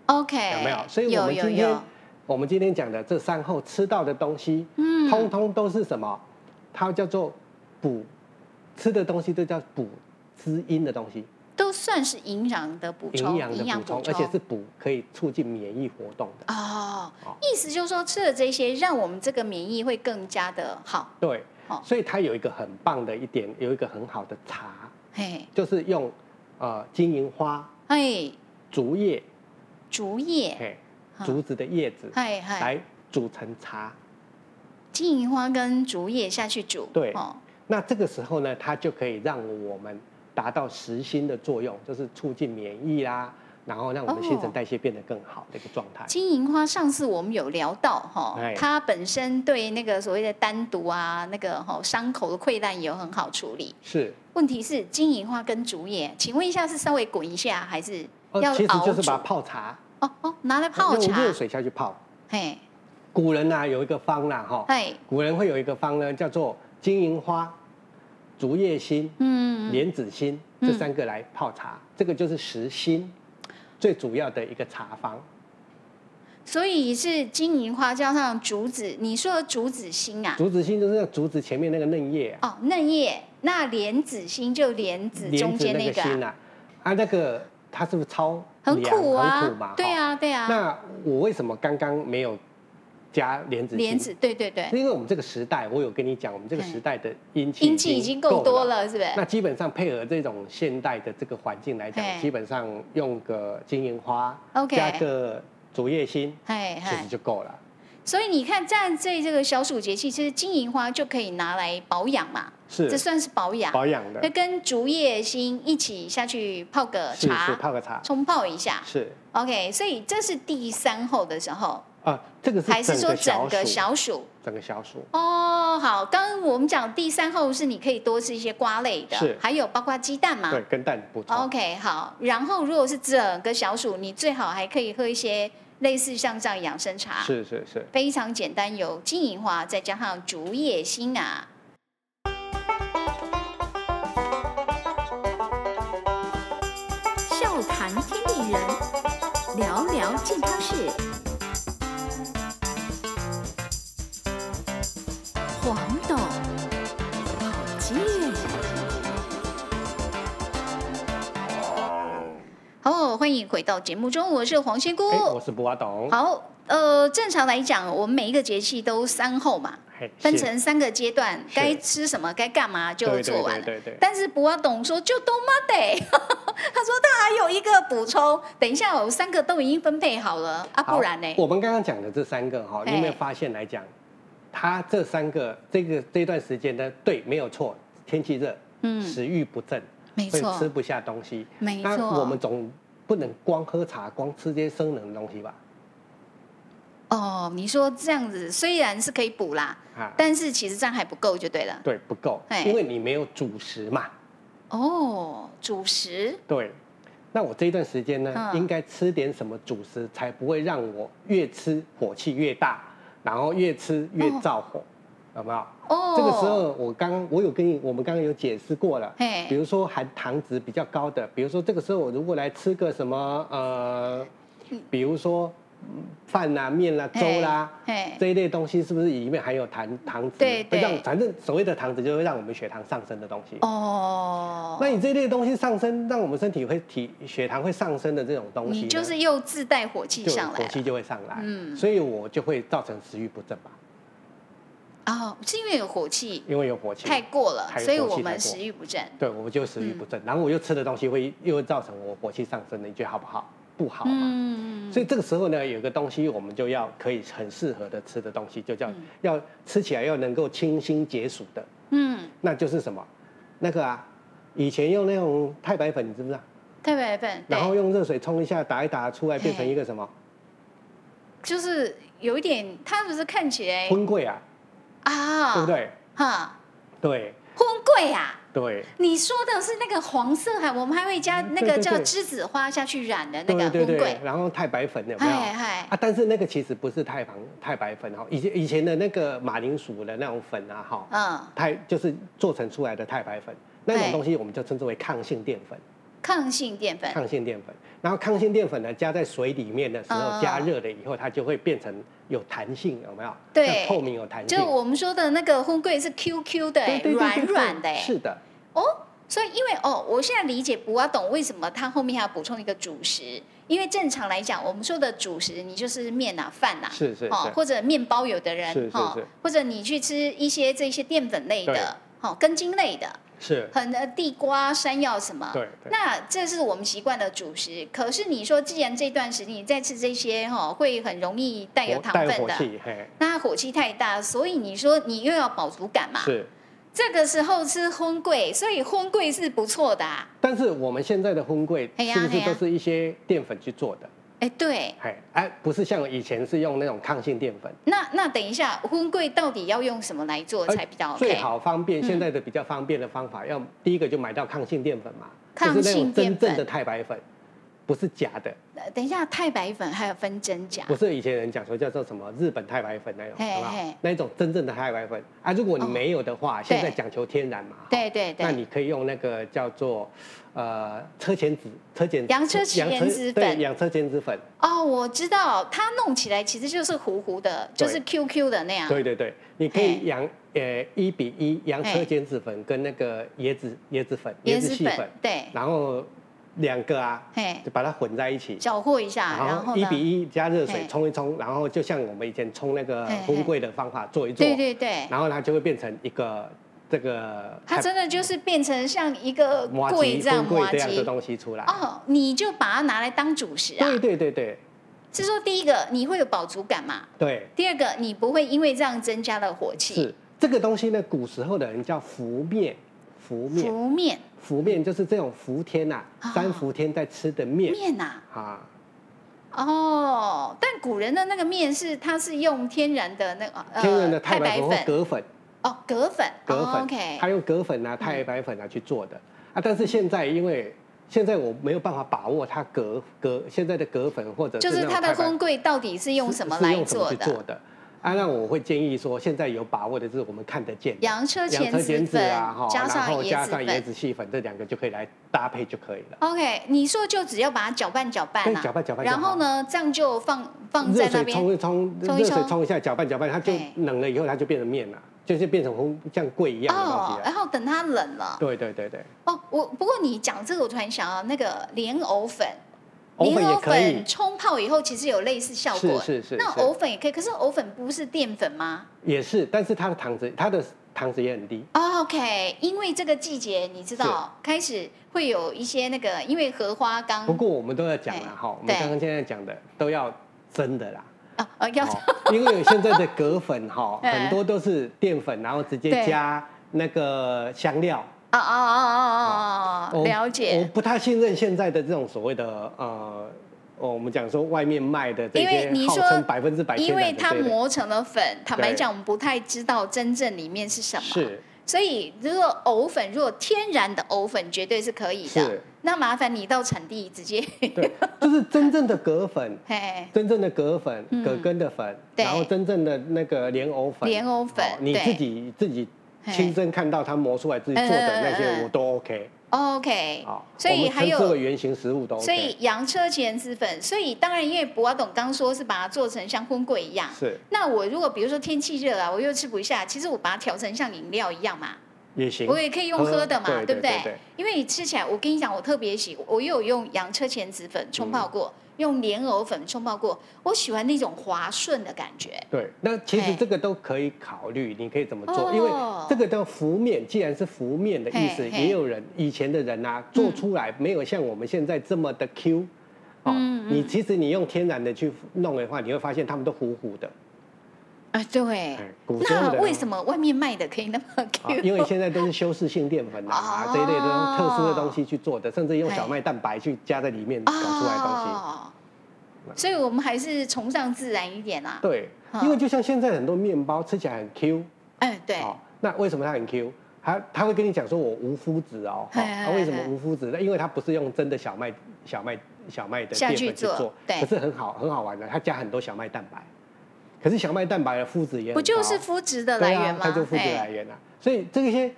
A: OK，
C: 有没有？所以我
A: 有
C: 们
A: 有
C: 今天
A: 有。
C: 我们今天讲的这三后吃到的东西，
A: 嗯
C: 通通都是什么？它叫做补，吃的东西都叫补滋阴的东西。
A: 都算是营养的补充，
C: 营养的补充，而且是补可以促进免疫活动的。
A: 哦
C: 哦，
A: 意思就是说吃了这些，让我们这个免疫会更加的好。
C: 对，
A: 哦
C: 所以它有一个很棒的一点，有一个很好的茶，
A: 嘿，
C: 就是用呃金银花、
A: 嘿，
C: 竹叶，
A: 竹叶，嗯
C: 嘿，
A: 好
C: 竹子的叶子
A: 嘿嘿，
C: 来煮成茶。
A: 金银花跟竹叶下去煮，
C: 对
A: 哦，
C: 那这个时候呢，它就可以让我们达到实心的作用，就是促进免疫啦，然后让我们新陈代谢变得更好的一个状态。
A: 金银花上次我们有聊到哈
C: 哎，
A: 它本身对那个所谓的单独啊，那个哈伤口的溃烂也有很好处理。
C: 是，
A: 问题是金银花跟竹叶，请问一下是稍微滚一下，还是
C: 呃
A: 要，
C: 其实
A: 熬
C: 就是
A: 煮
C: 把啊泡茶
A: 哦哦拿来泡
C: 用
A: 茶？
C: 热水下去泡。
A: 嘿，
C: 古人呐、有一个方啦、哈，
A: 嘿，
C: 古人会有一个方呢，叫做金银花、竹叶心、
A: 嗯，
C: 莲子心
A: 嗯
C: 这三个来泡茶，这个就是实心最主要的一个茶方。
A: 所以是金银花加上竹子，你说的竹子心啊？
C: 竹子心就是那个竹子前面那个嫩叶、啊，
A: 哦，嫩叶，那莲子心就莲子中
C: 莲
A: 间那
C: 子那个
A: 个啊、
C: 心啊，啊那个它是不是超
A: 很
C: 凉
A: 苦啊，
C: 很苦嘛？
A: 对
C: 哈。
A: 啊，对啊，
C: 那我为什么刚刚没有加莲子心？
A: 莲子，对对对，
C: 是因为我们这个时代，我有跟你讲，我们这个时代的阴气
A: 阴气已经够多。了，是不
C: 那
A: 是？
C: 基本上配合这种现代的这个环境来讲
A: 嘿，
C: 基本上用个金银花
A: OK
C: 加个竹叶心，
A: 嗨
C: 其实
A: 嗨，
C: 就够了。
A: 所以你看，在这这个小暑节气，其实金银花就可以拿来保养嘛，这
C: 是
A: 算是保养。
C: 保养的
A: 那，跟竹叶心一起下去泡个
C: 是是
A: 茶，
C: 泡个茶，
A: 冲泡一下。
C: 是
A: OK，所以这是第三候的时候，
C: 啊，这个是
A: 还是说整个小
C: 小暑
A: 暑？
C: 整个小暑
A: 哦，好，刚刚我们讲第三候是你可以多吃一些瓜类的
C: 是，
A: 还有包括鸡蛋嘛。
C: 对跟蛋补充
A: OK，好。然后如果是整个小暑，你最好还可以喝一些类似像这样养生茶，
C: 是是是。
A: 非常简单，有金银花再加上竹叶心啊。
D: 笑谈天地人，聊聊健康事。黄董好见。
A: 好，欢迎回到节目中，我是黄仙姑。
C: 哎，我是博阿董，
A: 好，呃，正常来讲，我们每一个节气都三候嘛，
C: 嘿
A: 分
C: 是
A: 成三个阶段，
C: 是
A: 该吃什么，该干嘛就
C: 对
A: 做完了。
C: 对对对对，
A: 但是博阿董说就都妈得， 他说他还有一个补充，等一下我三个都已经分配好了啊，
C: 好
A: 不然呢？
C: 我们刚刚讲的这三个哈，你有没有
A: 哎
C: 发现来讲，它这三个这个这段时间呢，对，没有错，天气热，
A: 嗯，
C: 食欲不振，
A: 没
C: 会吃
A: 错，
C: 不下东西。
A: 没
C: 那
A: 错。
C: 我们总不能光喝茶，光吃这些生冷的东西吧？
A: 哦，你说这样子虽然是可以补啦，
C: 啊，
A: 但是其实这样还不够就对了。
C: 对，不够
A: 哎，
C: 因为你没有主食嘛。
A: 哦，主食
C: 对，那我这一段时间呢，
A: 嗯
C: 应该吃点什么主食，才不会让我越吃火气越大，然后越吃越
A: 哦
C: 燥火，有没有？
A: 哦，
C: 这个时候，我刚刚我有跟你，我们刚刚有解释过了。
A: 嘿
C: 比如说含糖值比较高的，比如说这个时候我如果来吃个什么呃，比如说嗯饭啦、面啦、粥啦
A: 嘿，
C: 这一类东西，是不是里面含有糖糖值？
A: 对对
C: 会让反正所谓的糖值就会让我们血糖上升的东西。
A: 哦，
C: 那你这一类东西上升，让我们身体会体血糖会上升的这种东西呢，
A: 你就是又自带火气
C: 就
A: 上来
C: 火
A: 了
C: 气就会上来，
A: 嗯
C: 所以我就会造成食欲不振嘛，
A: 哦，是因为有火气
C: 因为有火气
A: 太嗯过了，
C: 太
A: 所以
C: 火气
A: 我
C: 太
A: 们
C: 过
A: 食欲不振。
C: 对，我就食欲不振，然后我又吃的东西会又造成我火气上升的，你觉得好不好？不好嘛。
A: 嗯，
C: 所以这个时候呢，有一个东西我们就要可以很适合的吃的东西，就叫、
A: 嗯
C: 要吃起来要能够清心解暑的，
A: 嗯，
C: 那就是什么？那个啊，以前用那种太白粉，你知不知道？
A: 太白粉，
C: 然后
A: 对，
C: 用热水冲一下，打一打出来，变成一个什么
A: 就是有一点，它不是看起来
C: 荤桂啊，
A: 啊，
C: 对不？对？
A: 哈，
C: 对
A: 荤桂啊。
C: 对
A: 你说的是那个黄色还我们还会加那个
C: 嗯对对
A: 叫
C: 对
A: 栀子花下去染的那
C: 对
A: 个哎
C: 对
A: 荤
C: 对
A: 桂，，
C: 然后太白粉有没有？
A: 嗨嗨，
C: 啊，但是那个其实不是太白太白粉哈，以前以前的那个马铃薯的那种粉啊哈，
A: 嗯，
C: 太就是做成出来的太白粉，那种东西我们就称之为抗性淀粉，
A: 抗性淀粉，
C: 抗性淀粉。然后抗性淀粉呢，加在水里面的时
A: 嗯
C: 候，加热了以后，它就会变成有弹性，有没有？
A: 对
C: 像透明有弹性
A: 就，我们说的那个荤桂是 QQ 的、欸，
C: 对对对对
A: 软
C: 对
A: 软的、欸，
C: 是的，
A: 哦，所以，因为哦，我现在理解不要懂为什么它后面还要补充一个主食，因为正常来讲，我们说的主食，你就是面啊、饭啊，
C: 是是
A: 哦
C: 是，
A: 或者面包，有的
C: 是
A: 人哦
C: 是是
A: 或者你去吃一些这些淀粉类
C: 对
A: 的，哦，根茎类的，
C: 是，
A: 很呃地瓜、山药什么，
C: 对对
A: 那这是我们习惯的主食。可是你说，既然这段时间你再吃这些哈、哦，会很容易带有
C: 火
A: 糖
C: 带有
A: 分
C: 火
A: 的，
C: 气，嘿，
A: 那火气太大，所以你说你又要饱足感嘛，
C: 是。
A: 这个时候吃荤桂，所以荤桂是不错的、啊。
C: 但是我们现在的荤桂
A: 嘿哎呀
C: 是不
A: 嘿
C: 是
A: 呀
C: 都是一些淀粉去做的？
A: 哎，对，
C: 哎哎，不是像以前是用那种抗性淀粉，
A: 那那等一下，荤桂到底要用什么来做才比较 OK？
C: 哎最好方便。
A: 嗯
C: 现在的比较方便的方法，要第一个就买到抗性淀粉嘛，就
A: 抗
C: 是那
A: 性
C: 种
A: 淀
C: 真正的
A: 粉。
C: 太白粉，不是假的，
A: 呃等一下，太白粉还有分真假
C: 不，是以前人讲说叫做什么日本太白粉那种，
A: 嘿
C: 好不
A: 嘿
C: 好？那一种真正的太白粉啊，如果你
A: 哦
C: 没有的话，现在
A: 对
C: 讲求天然嘛，
A: 对对对
C: 那你可以用那个叫做呃车前子车前
A: 洋车前
C: 洋车
A: 子粉
C: 对养车前子粉，
A: 哦，我知道，它弄起来其实就是糊糊的，就
C: 对
A: 是 QQ 的那样。
C: 对对对，你可
A: 啊嘿
C: 以养呃一比一洋车
A: 嘿
C: 间子粉跟那个椰子椰子粉
A: 椰
C: 子
A: 子
C: 细粉
A: 粉，，对，
C: 然后两个啊，
A: 嘿，
C: 就把它混在一起，
A: 搅和一下，然后
C: 一
A: 呢？
C: 比一加热
A: 嘿
C: 水冲一冲，然后就像我们以前冲那个
A: 嘿嘿
C: 烘桂的方法做一做，
A: 对对对，
C: 然后它就会变成一个这个
A: 它真的就是变成像一个
C: 麻
A: 柜
C: 糬
A: 这样
C: 荤桂
A: 麻
C: 这样的
A: 糬。
C: 东西出来。
A: 哦，你就把它拿来当主食啊
C: 对？对对对
A: 是说第一个你会有饱足感嘛？
C: 对，
A: 第二个，你不会因为这样增加了火气。
C: 是这个东西呢，古时候的人叫浮面，浮面。
A: 浮面
C: 福面就是这种福天呐、
A: 啊
C: 啊，三伏天在吃的面
A: 面呐、
C: 啊，
A: 哦，但古人的那个面是它是用天然的那个呃
C: 天然的太
A: 白
C: 白粉或
A: 粉
C: 葛粉，
A: 哦葛粉
C: 葛
A: 哦
C: 粉，
A: ，OK，嗯
C: 它用葛粉啊、太白粉啊去做的啊。但是现在因为现在我没有办法把握它葛葛现在的葛粉或者
A: 就是是
C: 那种
A: 它的
C: 太白
A: 荤桂到底是用什么
C: 是
A: 来
C: 用什么
A: 做
C: 去
A: 的？
C: 做的啊？那我会建议说，现在有把握的就是我们看得见的。
A: 洋车
C: 洋
A: 前
C: 车
A: 子
C: 前子
A: 粉、
C: 啊，哈，
A: 加
C: 然
A: 上
C: 后加
A: 椰子
C: 上椰
A: 粉。
C: 子细粉，这两个就可以来搭配就可以了。
A: OK，你说就只要把它搅拌搅拌
C: 对
A: 啊，
C: 搅拌搅拌
A: 然
C: 就好
A: 后呢，这样就放放
C: 热
A: 在那
C: 水
A: 边
C: 冲一冲，
A: 冲一
C: 热水
A: 冲
C: 冲一下，搅拌搅拌，它就
A: 嘿
C: 冷了以后，它就变成面了，就是变成烘像桂一样的东
A: 哦
C: 西，啊了。
A: 然后等它冷了
C: 对对对对，
A: 哦。我不过你讲这个，我突然想到那个莲藕粉，
C: 藕
A: 莲
C: 粉也
A: 藕
C: 可以
A: 粉，冲泡以后其实有类似效
C: 是
A: 果，
C: 是是，
A: 那
C: 是
A: 藕粉也可以，可是藕粉不是淀粉吗、
C: 也是，但是它的糖值，它的糖值也很低。
A: 哦 o k 因为这个季节你知道开始会有一些那个，因为荷花刚
C: 不过我们都要讲了
A: 哎
C: 哈，我
A: 嗯
C: 们
A: 对
C: 刚刚现在讲的都要 真的啦，
A: 哦呃要、
C: 哦因为现在的葛粉 哈，
A: 哎
C: 很多都是淀粉，然后直接
A: 对
C: 加那个香料。
A: 哦哦哦哦哦哦，
C: 我
A: 了
C: 我
A: 解，
C: 不太信任现在的这种所谓的呃。哦，我们讲说外面卖的这
A: 因为你
C: 些号
A: 说
C: 称百分之百天
A: 因
C: 然的
A: 为它
C: 这一类
A: 磨成了粉，坦白
C: 对
A: 讲我们不太知道真正里面是什么，
C: 是
A: 所以如果藕粉如果天然的藕粉绝对是可以的
C: 是，
A: 那麻烦你到产地直接，
C: 对， 就是真正的葛粉，
A: 嘿，
C: 真正的葛粉
A: 嗯、
C: 葛根的粉，
A: 对
C: 然后真正的那个莲藕粉，
A: 莲藕粉
C: 哦你
A: 对
C: 自己自己
A: 嘿
C: 亲身看到它磨出来自己做的那
A: 嗯嗯嗯嗯
C: 些，我都 OK
A: ，OK，
C: 好，
A: 所
C: 我
A: 以
C: 们
A: 还
C: 称
A: 有
C: 之为原型食物都 OK，
A: 所以洋车前子粉，所以当然因为博阿董刚说是把它做成像荤桂一样。
C: 是
A: 那我如果比如说天气热啊，我又吃不下，其实我把它调成像饮料一样嘛，
C: 也行
A: 我，也可以用喝的嘛，
C: 喝对
A: 不
C: 对对对
A: 因为你吃起来，我跟你讲，我特别喜，我又有用洋车前子粉冲泡过，用莲藕粉冲泡过，我喜欢那种滑顺的感觉。
C: 对，那其实
A: 嘿
C: 这个都可以考虑，你可以怎么
A: 哦
C: 做？因为这个叫浮面，既然是浮面的意思，
A: 嘿嘿
C: 也有人以前的人啊做出来没有像我们现在这么的 Q。哦，
A: 嗯
C: 你其实你用天然的去弄的话，你会发现他们都糊糊的。
A: 啊，对
C: 哎古时候
A: 那
C: 的
A: 为什
C: 么？
A: 么外面卖的可以那 么 Q？、
C: 啊，因为现在都是修饰性淀粉 啊
A: 哦
C: 这一类的用特殊的东西去做的，甚至用
A: 哎
C: 小麦蛋白去加在里面搞出来的东西。
A: 哦，所以我们还是崇尚自然一点啊。
C: 对
A: 哦，
C: 因为就像现在很多面包吃起来很 Q，
A: 哎，对，
C: 哦，那为什么它很 Q？他他会跟你讲说，我无麸质哦，
A: 嘿
C: 哈
A: 嘿
C: 啊，为什么
A: 嘿
C: 无麸质？那因为它不是用真的小麦、小麦、小麦的
A: 下
C: 淀粉
A: 去
C: 去
A: 做
C: 做
A: 对，
C: 可是很好很好玩的，它加很多小麦蛋白，可是小麦蛋白的麸质也很
A: 不就是
C: 高
A: 肤质的来源哎
C: 对啊
A: 吗？
C: 它就麸质来源啊。所以这些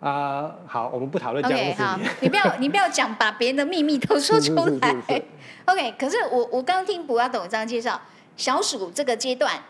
C: 啊、呃好，我们不讨论
A: 哎
C: 僵
A: OK，好
C: 尸，
A: 你不要你不要讲把别人的秘密都说出来。
C: 是是是是
A: OK，可是我我刚听卜阿董这样介绍，小暑这个阶段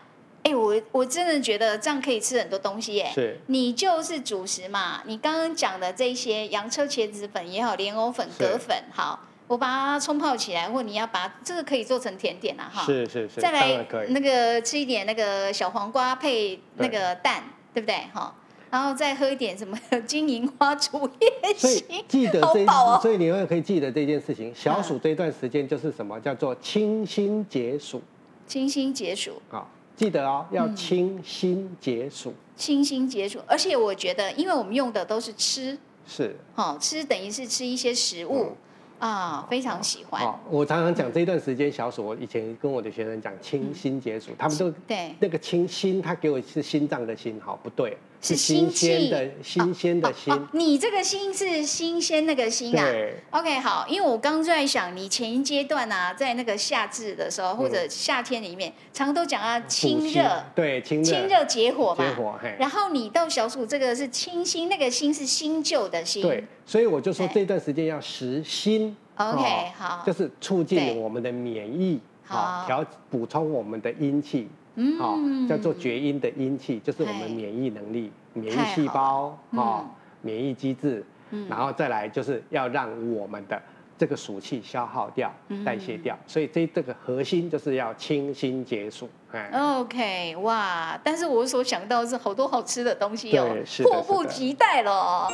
A: 哎、我我真的觉得这样可以吃很多东西耶。
C: 是
A: 你就是主食嘛，你刚刚讲的这些洋车茄子粉也好，莲藕粉、
C: 是
A: 葛粉，好，我把它冲泡起来，或你要把这个可以做成甜点啦、哈。。
C: 是是是，
A: 再
C: 当然
A: 来
C: 可以。
A: 那个吃一点那个小黄瓜配那个蛋，对不对？哈，然后再喝一点什么 金银花竹叶
C: 所以
A: 青，
C: 记得
A: 好
C: 这，
A: 饱哦嗯
C: 所以你们可以记得这件事情。小暑这段时间就是什么叫做清心解暑
A: 清新解暑，
C: 啊、记得哦，要
A: 嗯
C: 清心解暑。
A: 清新解暑。而且我觉得，因为我们用的都是吃，
C: 是
A: 哈，吃等于是吃一些食物啊，非常喜欢。
C: 嗯哦，我常常讲这段时间小暑，我以前跟我的学生讲清心解
A: 嗯
C: 暑，他们都
A: 对，
C: 那个清心，他给我是心脏的心，好不对，
A: 是
C: 新鲜
A: 心
C: 的
A: 气
C: 新鲜的心，
A: 哦，你这个心是新鲜那个心啊。
C: 对，
A: OK，好，因为我刚在想，你前一阶段啊，在那个夏至的时候，或者夏天里面，常都讲啊，
C: 嗯补
A: 清
C: 心
A: 热，
C: 对，清热，
A: 清热解火
C: 结
A: 嘛。
C: 火，哎嘿，
A: 然后你到小暑这个是清新，那个新是新旧的新。
C: 对，所以我就说
A: 对
C: 这段时间要实心
A: OK，
C: 哦
A: 好
C: 就，是促
A: 对
C: 进我们的免疫，
A: 好
C: 哦调补充我们的阴气，好、
A: 嗯，
C: 叫做厥阴的阴气，就是我
A: 嗨
C: 们免疫能力、免
A: 太
C: 疫细
A: 好
C: 胞
A: 了
C: 哦
A: 嗯，
C: 免疫机制，
A: 嗯
C: 然后再来就是要让我们的这个暑气消耗掉、
A: 嗯
C: 代谢掉，所以这这个核心就是要清心解暑，哎，
A: OK，哇！但是我所想到的是好多好吃的东西哦
C: 对，是的
A: 迫不
C: 是的
A: 及待了哦。